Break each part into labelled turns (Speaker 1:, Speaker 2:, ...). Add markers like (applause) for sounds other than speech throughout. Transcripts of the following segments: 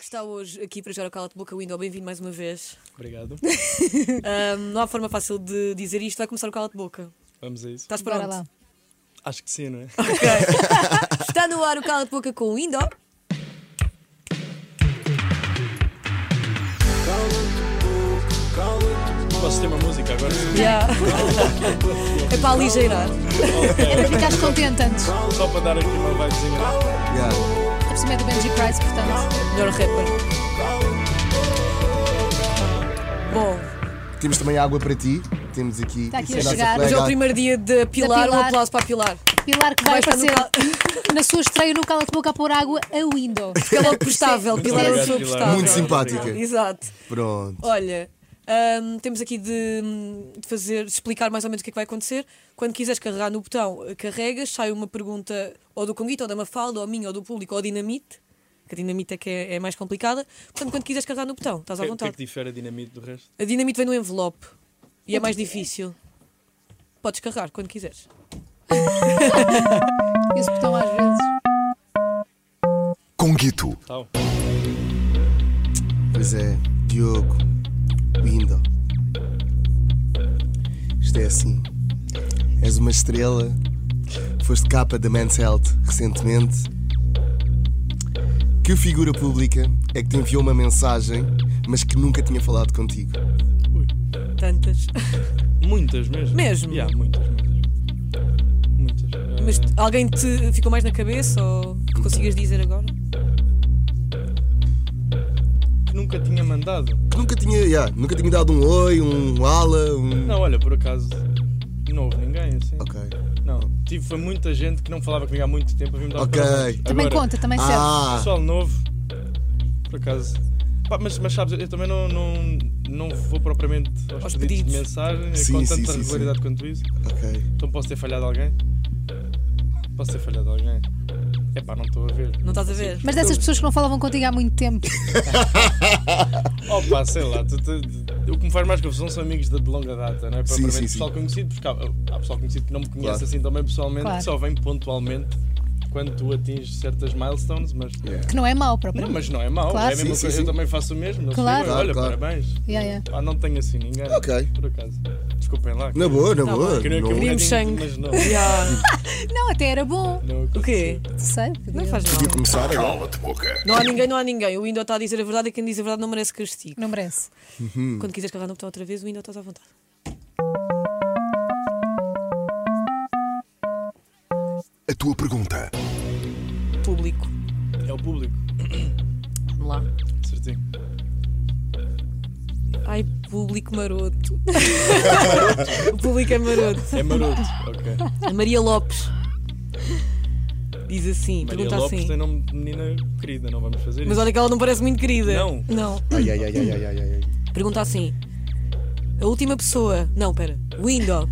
Speaker 1: está hoje aqui para jogar ao Cala-te Boca Window. Bem-vindo mais uma vez.
Speaker 2: Obrigado. (laughs)
Speaker 1: Ahm, não há forma fácil de dizer isto. Vai começar o Cala-te Boca.
Speaker 2: Vamos a isso.
Speaker 1: Estás
Speaker 3: Bora
Speaker 1: pronto?
Speaker 3: lá.
Speaker 2: Acho que sim, não é?
Speaker 1: (laughs)
Speaker 2: (laughs)
Speaker 1: Ok. Está no ar o Cala-te Boca com o Window.
Speaker 2: Posso ter uma música agora?
Speaker 1: Já. é para aligeirar.
Speaker 3: Era para ficares contente antes.
Speaker 2: Só para dar aqui uma vibezinha. é-
Speaker 3: A cima é do Benji Price, portanto.
Speaker 1: Melhor rapper. Bom, é
Speaker 4: Temos também água para ti. Temos aqui.
Speaker 3: Está aqui
Speaker 4: a
Speaker 3: a
Speaker 4: nossa
Speaker 3: chegar.
Speaker 1: hoje é o
Speaker 4: colega.
Speaker 1: primeiro dia de Pilar. Um
Speaker 3: Pilar.
Speaker 1: aplauso para a Pilar.
Speaker 3: Pilar que vai
Speaker 1: Vai estar no
Speaker 3: aparecer na sua estreia no Cala de Boca a pôr água a window.
Speaker 1: Porque ela é prestável. Pilar é uma
Speaker 2: obrigado,
Speaker 1: pessoa
Speaker 2: Pilar.
Speaker 1: prestável.
Speaker 4: Muito simpática.
Speaker 1: Exato.
Speaker 4: Pronto.
Speaker 1: Olha, hum, temos aqui de, hum, de fazer, de explicar mais ou menos o que é que vai acontecer. Quando quiseres carregar no botão, eh, carregas, sai uma pergunta ou do Conguito, ou da Mafalda, ou minha, ou do público, ou dinamite. Que a dinamite é que é, é mais complicada. Portanto, quando quiseres carregar no botão, estás à
Speaker 2: O que é
Speaker 1: vontade.
Speaker 2: que difere a dinamite do resto?
Speaker 1: A dinamite vem no envelope e é mais difícil. Podes carregar quando quiseres.
Speaker 3: Esse botão às vezes.
Speaker 4: Conguito.
Speaker 2: Tal.
Speaker 4: Pois é, Diogo. Window. Isto é assim. És uma estrela. Foste capa da Men's Health recentemente. Que figura pública é que te enviou uma mensagem, mas que nunca tinha falado contigo?
Speaker 1: Tantas.
Speaker 2: Eh, Muitas mesmo.
Speaker 1: Mesmo?
Speaker 2: Yeah, muitas, muitas. Muitas. Eh,
Speaker 1: Mas t- alguém te ficou mais na cabeça ou que consigas dizer agora?
Speaker 2: que nunca tinha mandado.
Speaker 4: Que nunca tinha, yeah, nunca tinha dado um oi, um ala, um.
Speaker 2: Não, olha, por acaso não houve ninguém assim.
Speaker 4: Ok.
Speaker 2: Não. Tive, foi muita gente que não falava comigo há muito tempo. Eu vim dar
Speaker 4: Ok.
Speaker 2: parabéns.
Speaker 3: Também
Speaker 2: Agora,
Speaker 3: conta, também serve.
Speaker 4: Ah!
Speaker 2: Pessoal novo, por acaso. Pá, mas, mas sabes, eu também não, não, não vou propriamente aos,
Speaker 1: Aos
Speaker 2: pedidos,
Speaker 1: pedidos.
Speaker 2: de mensagem é
Speaker 4: Sim,
Speaker 2: com
Speaker 4: sim,
Speaker 2: tanta
Speaker 4: sim,
Speaker 2: regularidade quanto isso.
Speaker 4: Ok.
Speaker 2: Então posso ter falhado alguém? Posso ter falhado alguém? Epá, não estou a ver.
Speaker 1: Não estás a ver?
Speaker 3: Mas dessas pessoas que não falavam contigo há muito tempo.
Speaker 2: Opa, sei lá. Tu, tu, o que me faz mais confusão são amigos de, de longa data, não é?
Speaker 4: Sim,
Speaker 2: Propriamente
Speaker 4: sim, sim.
Speaker 2: pessoal conhecido, porque há, há pessoal conhecido que não me conhece
Speaker 4: Claro.
Speaker 2: assim também pessoalmente,
Speaker 3: Claro.
Speaker 2: que só vem pontualmente quando tu atinges certas milestones, mas.
Speaker 3: Que não é mau,
Speaker 2: Não,
Speaker 3: próprio.
Speaker 2: mas não é mau,
Speaker 3: Claro.
Speaker 2: é a mesma
Speaker 4: Sim, sim,
Speaker 2: coisa,
Speaker 4: sim.
Speaker 2: eu também faço o mesmo. eles
Speaker 3: Claro.
Speaker 2: ficam, Olha,
Speaker 4: Claro, claro.
Speaker 2: parabéns.
Speaker 3: Yeah, yeah.
Speaker 2: Ah, não tenho assim ninguém.
Speaker 4: Ok.
Speaker 2: Por acaso. Desculpem lá.
Speaker 4: Na boa, na
Speaker 1: Tá
Speaker 4: boa.
Speaker 1: bom.
Speaker 2: Queria que eu
Speaker 4: Não-
Speaker 1: Queríamos sangue.
Speaker 2: bocadinho, mas não.
Speaker 1: Yeah.
Speaker 3: Não, até era bom.
Speaker 2: não
Speaker 1: O quê?
Speaker 3: Não Sei.
Speaker 1: Não faz mal.
Speaker 4: Podia começar agora.
Speaker 1: Não há ninguém, não há ninguém. O Windows está a dizer a verdade e quem diz a verdade não merece castigo.
Speaker 3: Não merece.
Speaker 1: Quando quiseres carregar no botão outra vez, o Windows estás à vontade.
Speaker 5: A tua pergunta.
Speaker 1: Público.
Speaker 2: É o público,
Speaker 1: Vamos lá.
Speaker 2: certinho.
Speaker 1: Ai, público maroto. (laughs) o público é maroto.
Speaker 2: É maroto. Ok.
Speaker 1: A Maria Lopes diz assim,
Speaker 2: Maria
Speaker 1: pergunta
Speaker 3: tá
Speaker 2: Lopes
Speaker 1: assim.
Speaker 2: tem nome de menina querida, não vamos fazer
Speaker 1: Mas
Speaker 2: isso.
Speaker 1: olha que ela não parece muito querida.
Speaker 2: Não.
Speaker 1: Não.
Speaker 4: Ai, ai, ai, ai, ai, ai, ai.
Speaker 1: Pergunta assim. A última pessoa. Não, pera. Window.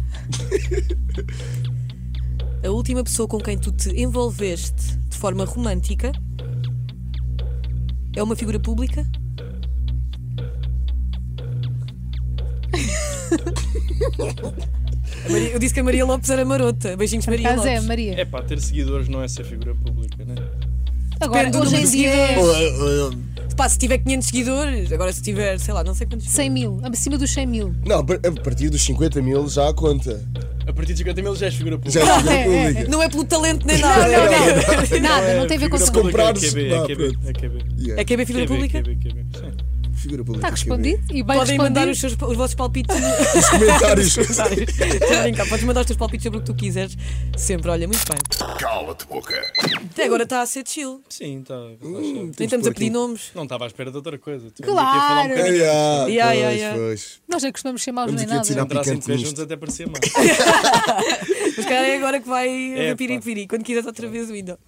Speaker 1: A última pessoa com quem tu te envolveste de forma romântica é uma figura pública? A Maria- Eu disse que a Maria Lopes era marota. Beijinhos, Maria
Speaker 3: Caso é,
Speaker 1: Lopes.
Speaker 3: Maria.
Speaker 2: É pá, ter seguidores não é ser figura pública, né?
Speaker 3: Agora,
Speaker 1: Depende do
Speaker 3: hoje em
Speaker 1: número de
Speaker 3: dia é
Speaker 1: seguidores.
Speaker 4: Oh, oh, oh.
Speaker 1: Pá, se tiver 500 seguidores, agora se tiver, sei lá, não sei quantos.
Speaker 3: 100 mil. Acima dos 100 mil.
Speaker 4: Não, a partir dos 50 mil já conta.
Speaker 2: A partir de 50 mil já és figura pública.
Speaker 4: Já é figura
Speaker 3: É, é,
Speaker 4: pública.
Speaker 1: Não é pelo talento nem nada. Não,
Speaker 3: Nada, não tem a ver com
Speaker 2: É Figura
Speaker 3: segundo.
Speaker 2: pública
Speaker 4: comprares-
Speaker 2: É QB, é
Speaker 4: Vá,
Speaker 2: QB, é QB.
Speaker 4: Yeah.
Speaker 1: É que é bem figura
Speaker 2: QB,
Speaker 1: pública?
Speaker 2: QB, QB. Sim.
Speaker 4: Figura pública.
Speaker 3: Está
Speaker 4: é
Speaker 3: tá respondido e bem
Speaker 1: Podem mandar os,
Speaker 3: respondido.
Speaker 1: seus, os vossos palpites (laughs)
Speaker 4: Os comentários.
Speaker 1: Estou a brincar, podes mandar os teus palpites sobre o que tu quiseres. Sempre, olha, muito bem.
Speaker 5: Cala-te boca.
Speaker 1: Até agora está a ser chill.
Speaker 2: Sim, está.
Speaker 4: Hum.
Speaker 1: Nem estamos a pedir
Speaker 4: aqui.
Speaker 1: nomes.
Speaker 2: Não estava à espera de outra coisa. Tu
Speaker 3: Claro.
Speaker 2: aqui a falar um bocadinho.
Speaker 4: yeah,
Speaker 1: Yeah,
Speaker 4: yeah, pois,
Speaker 1: yeah, yeah.
Speaker 4: pois.
Speaker 3: Nós nem costumamos ser maus
Speaker 4: Vamos
Speaker 3: nem
Speaker 4: aqui a
Speaker 3: nada.
Speaker 4: tirar-
Speaker 2: Entrassem assim de pé
Speaker 4: Picante
Speaker 2: juntos
Speaker 4: nisto.
Speaker 2: até parecia mal.
Speaker 1: Mas calhar é agora que vai
Speaker 2: É,
Speaker 1: haver piripiri. Quando quiseres outra vez o Window.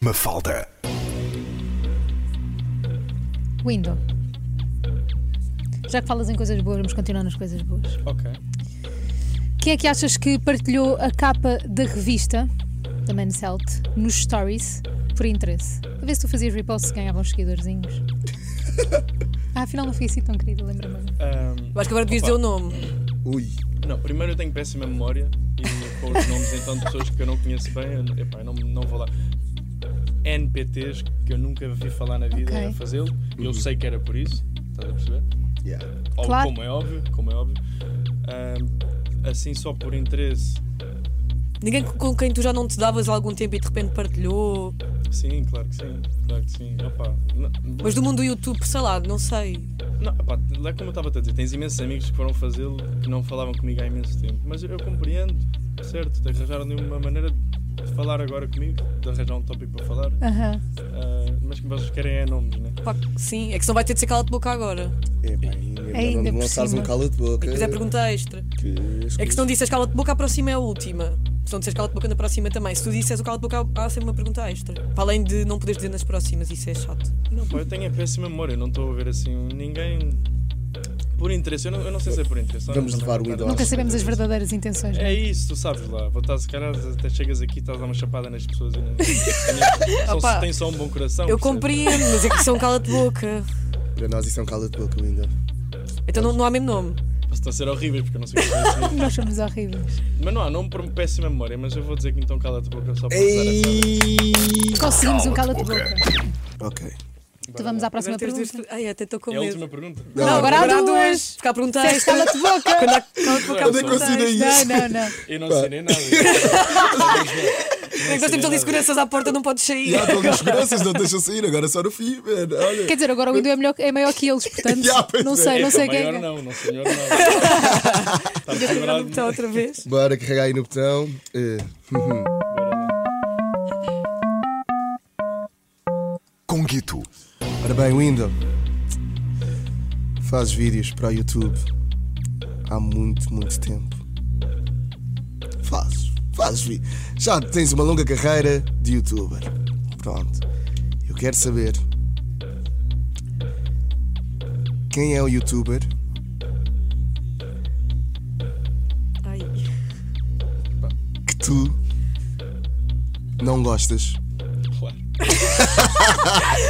Speaker 5: Mafalda.
Speaker 3: Window. Já que falas em coisas boas, vamos continuar nas coisas boas.
Speaker 2: ok.
Speaker 3: Quem é que achas que partilhou a capa da revista da Men's Health nos stories por interesse? A ver se tu fazias repost se ganhavam uns seguidorzinhos. ah, afinal não fui assim tão querida, lembra-me.
Speaker 2: Ahm,
Speaker 1: Eu acho que agora devias dizer
Speaker 2: Opa.
Speaker 1: o nome.
Speaker 4: Ui.
Speaker 2: não, primeiro eu tenho péssima memória e com os nomes então de pessoas que eu não conheço bem, eu, epá, eu não, não vou lá. NPTs que eu nunca vi falar na vida
Speaker 3: Ok.
Speaker 2: a fazê-lo, e eu sei que era por isso, estás a perceber?
Speaker 4: Yeah.
Speaker 2: Ou
Speaker 3: Claro.
Speaker 2: como é óbvio, como é óbvio. Ahm, assim só por interesse,
Speaker 1: Ninguém com- com quem tu já não te davas há algum tempo e de repente partilhou.
Speaker 2: sim, claro que sim, claro que sim. Opá, não,
Speaker 1: Mas do mundo do YouTube, sei lá, não sei.
Speaker 2: não, opá, lá como eu estava a dizer, tens imensos amigos que foram fazê-lo que não falavam comigo há imenso tempo. Mas eu, eu compreendo, certo, arranjaram de uma maneira de falar agora comigo, de arranjar um tópico para falar.
Speaker 3: Aham.
Speaker 2: Ah, mas que vocês querem é nomes, né?
Speaker 1: Pá, sim, é que senão vai ter de ser cala de boca agora.
Speaker 4: Epá, ainda,
Speaker 3: Ainda
Speaker 4: não
Speaker 3: por
Speaker 4: lançares um
Speaker 3: cima.
Speaker 4: cala de boca.
Speaker 1: E depois é pergunta extra.
Speaker 4: que
Speaker 1: É que se não disseres cala de boca, a próxima é a última. Se não disseres cala de boca, na próxima também. Se tu disseres o cala de boca, há sempre uma pergunta extra. Para além de não poderes dizer nas próximas, isso é chato.
Speaker 2: Não, pá, eu tenho a péssima memória, eu não estou a ver assim ninguém. ah, Por interesse, eu não, eu não sei se é por interesse.
Speaker 4: Vamos
Speaker 2: honestamente,
Speaker 4: levar
Speaker 2: não
Speaker 4: o ídolo.
Speaker 2: tenho
Speaker 3: Nunca
Speaker 4: Nossa,
Speaker 3: sabemos as verdadeiras intenções. não é?
Speaker 2: É isso, tu sabes lá. Vou estar, se calhar, até chegas aqui e estás a dar uma chapada nas pessoas. E
Speaker 3: (laughs)
Speaker 2: não, nem- só
Speaker 1: Opa,
Speaker 2: se tem só um bom coração.
Speaker 1: Eu
Speaker 2: percebes?
Speaker 1: compreendo, mas é que são cala de boca.
Speaker 4: Para nós isso é um cala de boca, ainda.
Speaker 1: Então não, não há mesmo nome.
Speaker 2: Posso estar a ser horrível, porque eu não sei o que é isso.
Speaker 3: Nós somos horríveis.
Speaker 2: Mas não há nome por péssima memória, mas eu vou dizer que então cala-te a boca só para usar essa.
Speaker 4: Ei!
Speaker 3: Conseguimos um
Speaker 5: Cala-te
Speaker 3: cala de boca.
Speaker 4: Ok.
Speaker 3: Então vamos à próxima
Speaker 1: Deve teres
Speaker 3: pergunta.
Speaker 1: dito- Ai, até estou com
Speaker 2: É a
Speaker 1: medo.
Speaker 2: última pergunta?
Speaker 4: Não,
Speaker 3: agora- há duas.
Speaker 1: Porque há pergunta
Speaker 3: Disseste
Speaker 1: extra.
Speaker 3: cala-te
Speaker 1: (laughs)
Speaker 3: boca.
Speaker 1: Quando há cala de boca, há
Speaker 2: Onde é que eu
Speaker 1: pergunta
Speaker 4: assinei
Speaker 1: extra.
Speaker 3: Não, não, não.
Speaker 2: Eu não sei
Speaker 4: (laughs)
Speaker 2: nem nada.
Speaker 1: É que Nós temos ali seguranças à porta, não podes
Speaker 4: (laughs)
Speaker 1: sair.
Speaker 4: Já estão as seguranças, não deixam sair, agora só no fim, velho. Olha.
Speaker 3: Quer dizer, agora o Indo é, melhor, é maior que eles, portanto.
Speaker 4: Yeah, pois
Speaker 3: não
Speaker 4: é.
Speaker 3: sei, não sei quem
Speaker 2: Maior
Speaker 3: é.
Speaker 2: não, não senhor não.
Speaker 3: (laughs)
Speaker 2: Tá Está
Speaker 1: Não
Speaker 2: segurado.
Speaker 1: está outra vez.
Speaker 4: Bora carregar aí no botão. Eh,
Speaker 5: Conguito.
Speaker 4: Ora bem, Window. Fazes vídeos para o YouTube há muito, muito tempo. Fazes, fazes vídeos. Já tens uma longa carreira de youtuber. Pronto. Eu quero saber quem é o youtuber
Speaker 1: Ai.
Speaker 4: que tu não gostas.
Speaker 2: Claro.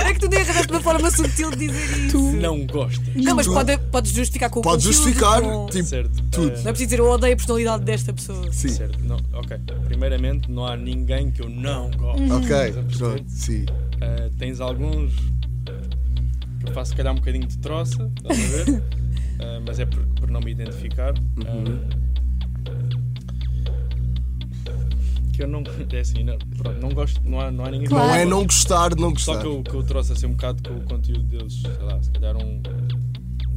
Speaker 1: É que tu nem arranjaste uma forma sutil de dizer isso.
Speaker 2: Não gosta.
Speaker 1: Não, mas
Speaker 4: Tu-
Speaker 1: pode, podes justificar com o
Speaker 4: Podes
Speaker 1: conteúdo,
Speaker 4: justificar,
Speaker 1: com-
Speaker 4: tipo,
Speaker 2: Certo. eh,
Speaker 4: tudo.
Speaker 1: Não é preciso dizer eu odeio a personalidade desta pessoa.
Speaker 4: Sim.
Speaker 2: Certo, não, ok. Primeiramente, não há ninguém que eu não gosto.
Speaker 4: Uhum. Ok,
Speaker 2: Estás a perceber?
Speaker 4: pronto, sim.
Speaker 2: Ah, tens alguns eh, que eu faço, se calhar, um bocadinho de troça, estás a ver?
Speaker 4: (laughs)
Speaker 2: Ah, mas é por, por não me identificar. Ah,
Speaker 4: Uhum.
Speaker 2: que eu não. É assim, não, pronto, não gosto, não há, não há ninguém
Speaker 3: Claro.
Speaker 4: Não é
Speaker 2: que eu
Speaker 4: não gostar de não
Speaker 2: Só
Speaker 4: gostar.
Speaker 2: que eu, que eu trouxe assim um bocado com o conteúdo deles, sei lá, se calhar um.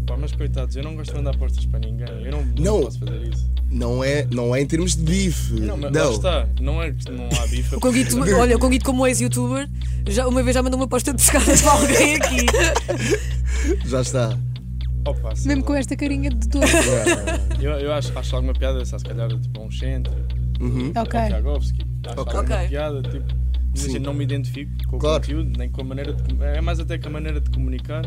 Speaker 2: Pá, mas coitados, eu não gosto de mandar postas para ninguém, eu não, não
Speaker 4: Não.
Speaker 2: posso fazer isso.
Speaker 4: Não é, não é em termos de bife.
Speaker 2: Não, mas lá está, não é que não há bife.
Speaker 1: O Conguito, olha, o Conguito como ex-youtuber, já, uma vez já mandou uma aposta de pescadas para alguém aqui.
Speaker 4: Já está.
Speaker 2: Opa, sei
Speaker 3: Mesmo
Speaker 2: lá.
Speaker 3: com esta carinha de dor.
Speaker 2: Eu, eu acho, acho alguma piada, se calhar, tipo, um centro,
Speaker 4: Uhum.
Speaker 3: Ok.
Speaker 2: um Piagovski. Acho
Speaker 4: Ok.
Speaker 2: alguma
Speaker 1: Ok.
Speaker 2: piada, tipo, imagina, não me identifico com
Speaker 4: Claro.
Speaker 2: o conteúdo, nem com a maneira de. com- É mais até que a maneira de comunicar,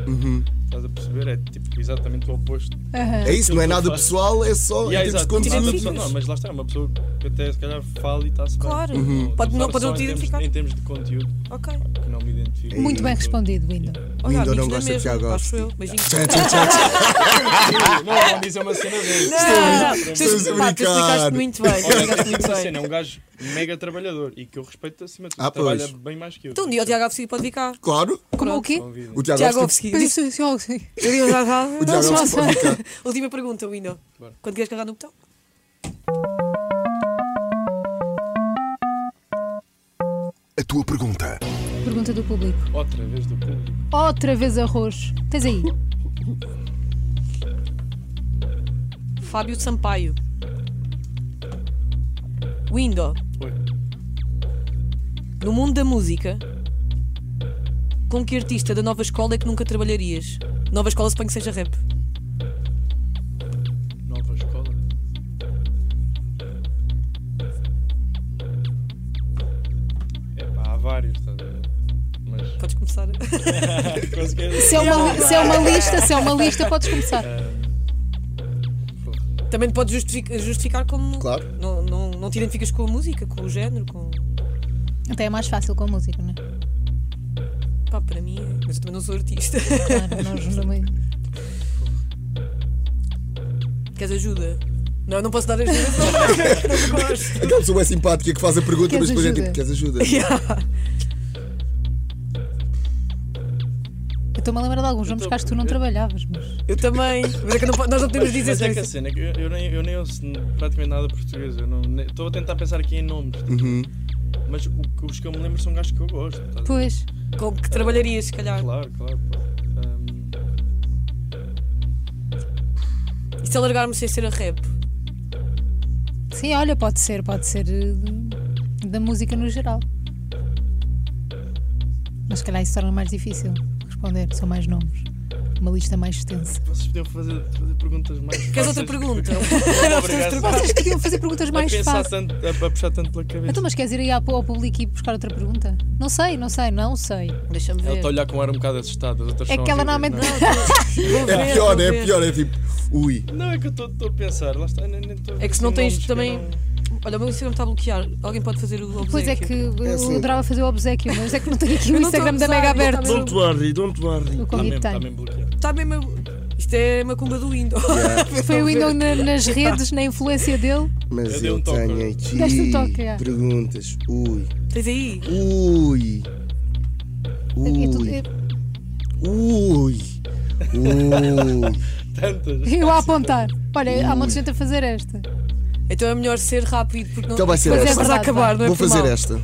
Speaker 2: estás a perceber? É tipo exatamente o oposto.
Speaker 3: Aham.
Speaker 4: Uhum. É isso, não é
Speaker 2: Aquilo que
Speaker 4: nada
Speaker 2: eu faço.
Speaker 4: pessoal, é
Speaker 2: E
Speaker 4: só em
Speaker 2: é
Speaker 4: termos de
Speaker 2: exato, nada
Speaker 4: conteúdo.
Speaker 2: pessoal- não, mas lá está, é uma pessoa que até se calhar fala e está-se bem.
Speaker 1: Claro. Uhum. Pode- não-
Speaker 2: estar
Speaker 1: pode
Speaker 2: só
Speaker 1: não te
Speaker 2: em termos-
Speaker 1: identificar.
Speaker 2: Em termos de conteúdo,
Speaker 1: Ok.
Speaker 2: que não me identifico.
Speaker 3: Muito bem
Speaker 2: Não-
Speaker 3: respondido, Window.
Speaker 1: Olha,
Speaker 4: Lindo,
Speaker 1: amigos,
Speaker 4: não
Speaker 1: na
Speaker 4: gosta de
Speaker 1: mesma,
Speaker 4: Tiago
Speaker 1: é Acho eu.
Speaker 4: Alves.
Speaker 1: Beijinho.
Speaker 4: Tchá, tchá, tchá, tchá.
Speaker 2: Não, não, isso é uma cena dele.
Speaker 1: Ah, Não, não, tu
Speaker 4: Estamos a
Speaker 1: pá, tu
Speaker 4: brincar.
Speaker 1: explicaste muito bem. tu
Speaker 2: Olha,
Speaker 1: explicaste
Speaker 2: essa
Speaker 1: muito bem.
Speaker 2: (laughs) cena é um gajo mega trabalhador e que eu respeito acima de tudo.
Speaker 4: Ah, pois.
Speaker 2: Trabalha bem mais que eu.
Speaker 1: Então um dia o Tiago Alves pode vir cá.
Speaker 4: Claro,
Speaker 3: Como o quê?
Speaker 2: Convido.
Speaker 4: o Tiago
Speaker 1: Tiago
Speaker 4: Alves-
Speaker 1: Alves.
Speaker 3: Eu (laughs) disse assim, algo assim.
Speaker 4: o Tiago
Speaker 3: Não,
Speaker 4: Alves
Speaker 3: só-
Speaker 4: pode ficar.
Speaker 1: (laughs) Última pergunta, Window.
Speaker 2: Bora.
Speaker 1: Quando queres carregar no botão?
Speaker 5: A tua pergunta.
Speaker 3: Pergunta do público.
Speaker 2: Outra vez do público.
Speaker 3: Outra vez arroz. Tens aí.
Speaker 1: Fábio Sampaio. Window.
Speaker 2: Oi.
Speaker 1: No mundo da música, com que artista da nova escola é que nunca trabalharias? Nova escola, suponho que seja rap.
Speaker 2: Nova escola. É pá, há vários, estás a ver?
Speaker 1: (laughs)
Speaker 2: Mas.
Speaker 1: Podes começar.
Speaker 2: Consegui-
Speaker 3: Se é uma, se é uma lista, se é uma lista, podes começar.
Speaker 1: Também podes justific- justificar como.
Speaker 4: Claro.
Speaker 1: Não, não, não te identificas com a música, com o género, com.
Speaker 3: Até é mais fácil com a música, não é?
Speaker 1: Pá, para mim. é- Mas eu também não sou artista.
Speaker 3: Claro, nós não
Speaker 1: Queres ajuda? Não, não posso dar ajuda, (laughs) não, não gosto.
Speaker 4: Aquela pessoa é simpática que faz a pergunta,
Speaker 3: Queres
Speaker 4: mas depois
Speaker 3: ajuda?
Speaker 4: é tipo, queres ajuda?
Speaker 1: Yeah.
Speaker 3: Eu estou-me a lembrar de alguns
Speaker 2: Eu
Speaker 3: nomes
Speaker 2: tô-
Speaker 3: que acho que tu não
Speaker 2: eu-
Speaker 3: trabalhavas, mas.
Speaker 1: Eu também. Mas é que eu não po- nós não podemos dizer
Speaker 2: Mas é que a
Speaker 1: isso.
Speaker 2: cena, é que eu, eu nem, eu nem ouço praticamente nada português. eu não- nem- Estou a tentar pensar aqui em nomes, tipo,
Speaker 4: Uhum.
Speaker 2: mas o que- os que eu me lembro são gajos que eu gosto. estás a ver?
Speaker 3: Pois.
Speaker 1: Com que trabalharias, se calhar.
Speaker 2: Claro, claro. pá. Ahm,
Speaker 1: E se alargarmos sem ser a rap?
Speaker 3: Sim, olha, pode ser, pode ser eh, de- da música no geral. Mas se calhar isso torna mais difícil responder, são mais nomes. Uma lista mais extensa.
Speaker 2: vocês podiam fazer, fazer perguntas mais.
Speaker 1: Queres
Speaker 2: fáceis,
Speaker 1: outra
Speaker 2: porque (laughs)
Speaker 1: pergunta?
Speaker 2: eu não vou
Speaker 1: temos
Speaker 2: obrigar
Speaker 1: de
Speaker 2: a-
Speaker 3: Vocês queriam fazer perguntas mais
Speaker 2: a pensar
Speaker 3: fáceis.
Speaker 2: tanto, a, a puxar tanto pela cabeça.
Speaker 3: Então, mas queres ir aí ao ao público e buscar outra pergunta? Não sei, não sei, não sei.
Speaker 1: Deixa-me
Speaker 2: Ela
Speaker 1: ver.
Speaker 2: está a olhar com um ar um bocado assustado. As outras
Speaker 3: É
Speaker 2: são
Speaker 3: que ela
Speaker 2: horríveis,
Speaker 3: normalmente.
Speaker 2: não
Speaker 1: Vou ver,
Speaker 4: É pior,
Speaker 1: vou
Speaker 4: é
Speaker 1: ver.
Speaker 4: pior, é tipo, ui.
Speaker 2: Não, é que eu estou a pensar. Lá está, nem, nem tô a
Speaker 1: É que se
Speaker 2: ver
Speaker 1: não tens
Speaker 2: nomes, que
Speaker 1: também-
Speaker 2: eu não-
Speaker 1: Olha, o meu Instagram está a bloquear. Alguém pode fazer o obsequio.
Speaker 3: Pois é que
Speaker 4: É
Speaker 3: eu
Speaker 4: assim.
Speaker 3: adorava fazer o obsequio, mas é que não tenho aqui o
Speaker 1: Eu não estou a
Speaker 3: Instagram da Mega
Speaker 1: gozar, eu
Speaker 3: aberto.
Speaker 1: também-
Speaker 6: Don't worry, don't worry.
Speaker 3: O
Speaker 2: Está Tá mesmo,
Speaker 3: convite
Speaker 2: está
Speaker 3: tem.
Speaker 2: mesmo bloqueado.
Speaker 1: Está mesmo. Isto é uma cumba do Windows.
Speaker 3: Foi o Windows na- nas redes, na influência dele.
Speaker 4: Mas
Speaker 2: Eu
Speaker 4: eu,
Speaker 2: dei um toque.
Speaker 4: tenho aqui
Speaker 3: Deste um toque, é.
Speaker 4: perguntas. Ui.
Speaker 1: (laughs) Tens aí?
Speaker 4: Ui.
Speaker 3: É tudo-
Speaker 4: Ui.
Speaker 3: é-
Speaker 4: Ui. Ui.
Speaker 2: Tantas.
Speaker 3: Eu a apontar. Olha, há um monte de gente a fazer esta.
Speaker 1: Então é melhor ser rápido porque não.
Speaker 4: Então vai ser
Speaker 1: Mas é
Speaker 4: esta.
Speaker 1: para acabar, não é
Speaker 4: Vou
Speaker 1: por
Speaker 4: fazer
Speaker 1: mal.
Speaker 4: esta.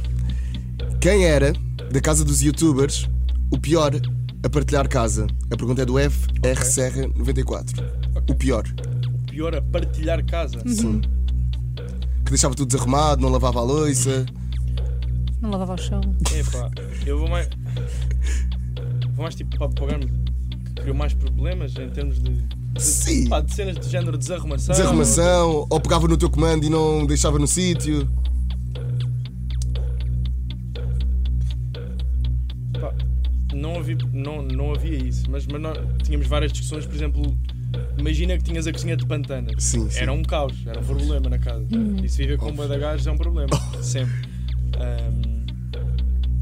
Speaker 4: Quem era, da casa dos youtubers, o pior a partilhar casa? A pergunta é do F. R. Serra 94. O pior.
Speaker 2: Pior a partilhar casa.
Speaker 3: Uhum.
Speaker 4: Sim. Que deixava tudo desarrumado, não lavava a louça.
Speaker 3: Não lavava o chão.
Speaker 2: Epá, eu vou mais. Vou mais tipo para pagar que criou mais problemas em termos de. de-
Speaker 4: Sim.
Speaker 2: pá, de cenas de género desarrumação.
Speaker 4: Desarrumação, ou pegava no teu comando e não deixava no sítio.
Speaker 2: Pá, não, havia, não, não havia isso, mas, mas nós tínhamos várias discussões, por exemplo. Imagina que tinhas a cozinha de pantana.
Speaker 4: Sim, sim.
Speaker 2: Era um caos, era um problema na casa.
Speaker 1: Uhum.
Speaker 2: E se viver com um da gás é um problema. Sempre. Ahm,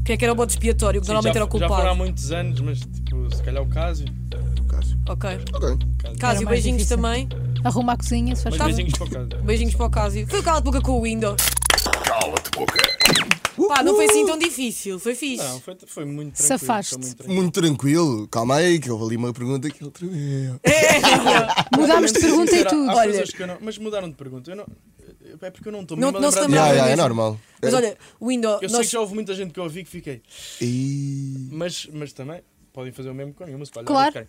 Speaker 1: Quem é que era o bode expiatório? Que
Speaker 2: sim,
Speaker 1: normalmente
Speaker 2: já,
Speaker 1: era o
Speaker 2: Já foram há
Speaker 1: culpado.
Speaker 2: muitos anos, mas tipo, se calhar o caso.
Speaker 1: Ok.
Speaker 4: Ok.
Speaker 3: Era
Speaker 1: Cásio,
Speaker 3: mais
Speaker 1: beijinhos
Speaker 3: difícil.
Speaker 1: também.
Speaker 3: Arruma a cozinha, se faz
Speaker 2: Mas
Speaker 3: favor.
Speaker 2: beijinhos para o caso.
Speaker 1: Beijinhos para o Cásio. Foi o cala de boca com o Windows.
Speaker 5: Cala-te boca.
Speaker 1: Pá, não foi assim tão difícil. Foi fixe.
Speaker 2: Não, foi, foi muito tranquilo.
Speaker 3: Safaste.
Speaker 2: foi muito tranquilo.
Speaker 4: Muito tranquilo, calma aí, que houve ali uma pergunta que ele tremeu.
Speaker 1: É
Speaker 3: Mudámos de pergunta e
Speaker 2: Sincero,
Speaker 3: tudo.
Speaker 2: há
Speaker 1: Olha.
Speaker 2: pessoas que eu não- mas mudaram de pergunta. Eu não, é porque eu não estou
Speaker 1: Não-
Speaker 2: mesmo a
Speaker 1: não se
Speaker 2: lembrar de
Speaker 1: lembra-
Speaker 2: nada.
Speaker 4: Ya, ya, é
Speaker 1: mesmo.
Speaker 4: normal.
Speaker 1: Mas
Speaker 4: É-
Speaker 1: olha, o Windows.
Speaker 2: Eu sei
Speaker 1: nós...
Speaker 2: que já houve muita gente que eu ouvi que fiquei.
Speaker 4: Ih,
Speaker 2: Mas, mas também podem fazer o mesmo com nenhuma. se calhar,
Speaker 3: Claro.
Speaker 2: ok.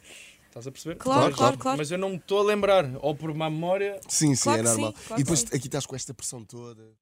Speaker 2: Estás a perceber?
Speaker 1: Claro,
Speaker 2: mas,
Speaker 1: claro, claro.
Speaker 2: Mas eu não me estou a lembrar. Ou por má memória.
Speaker 4: Sim, sim,
Speaker 1: Claro
Speaker 4: é
Speaker 1: que sim,
Speaker 4: normal.
Speaker 1: claro
Speaker 4: E
Speaker 1: que
Speaker 4: depois
Speaker 1: sim.
Speaker 4: aqui estás com esta pressão toda.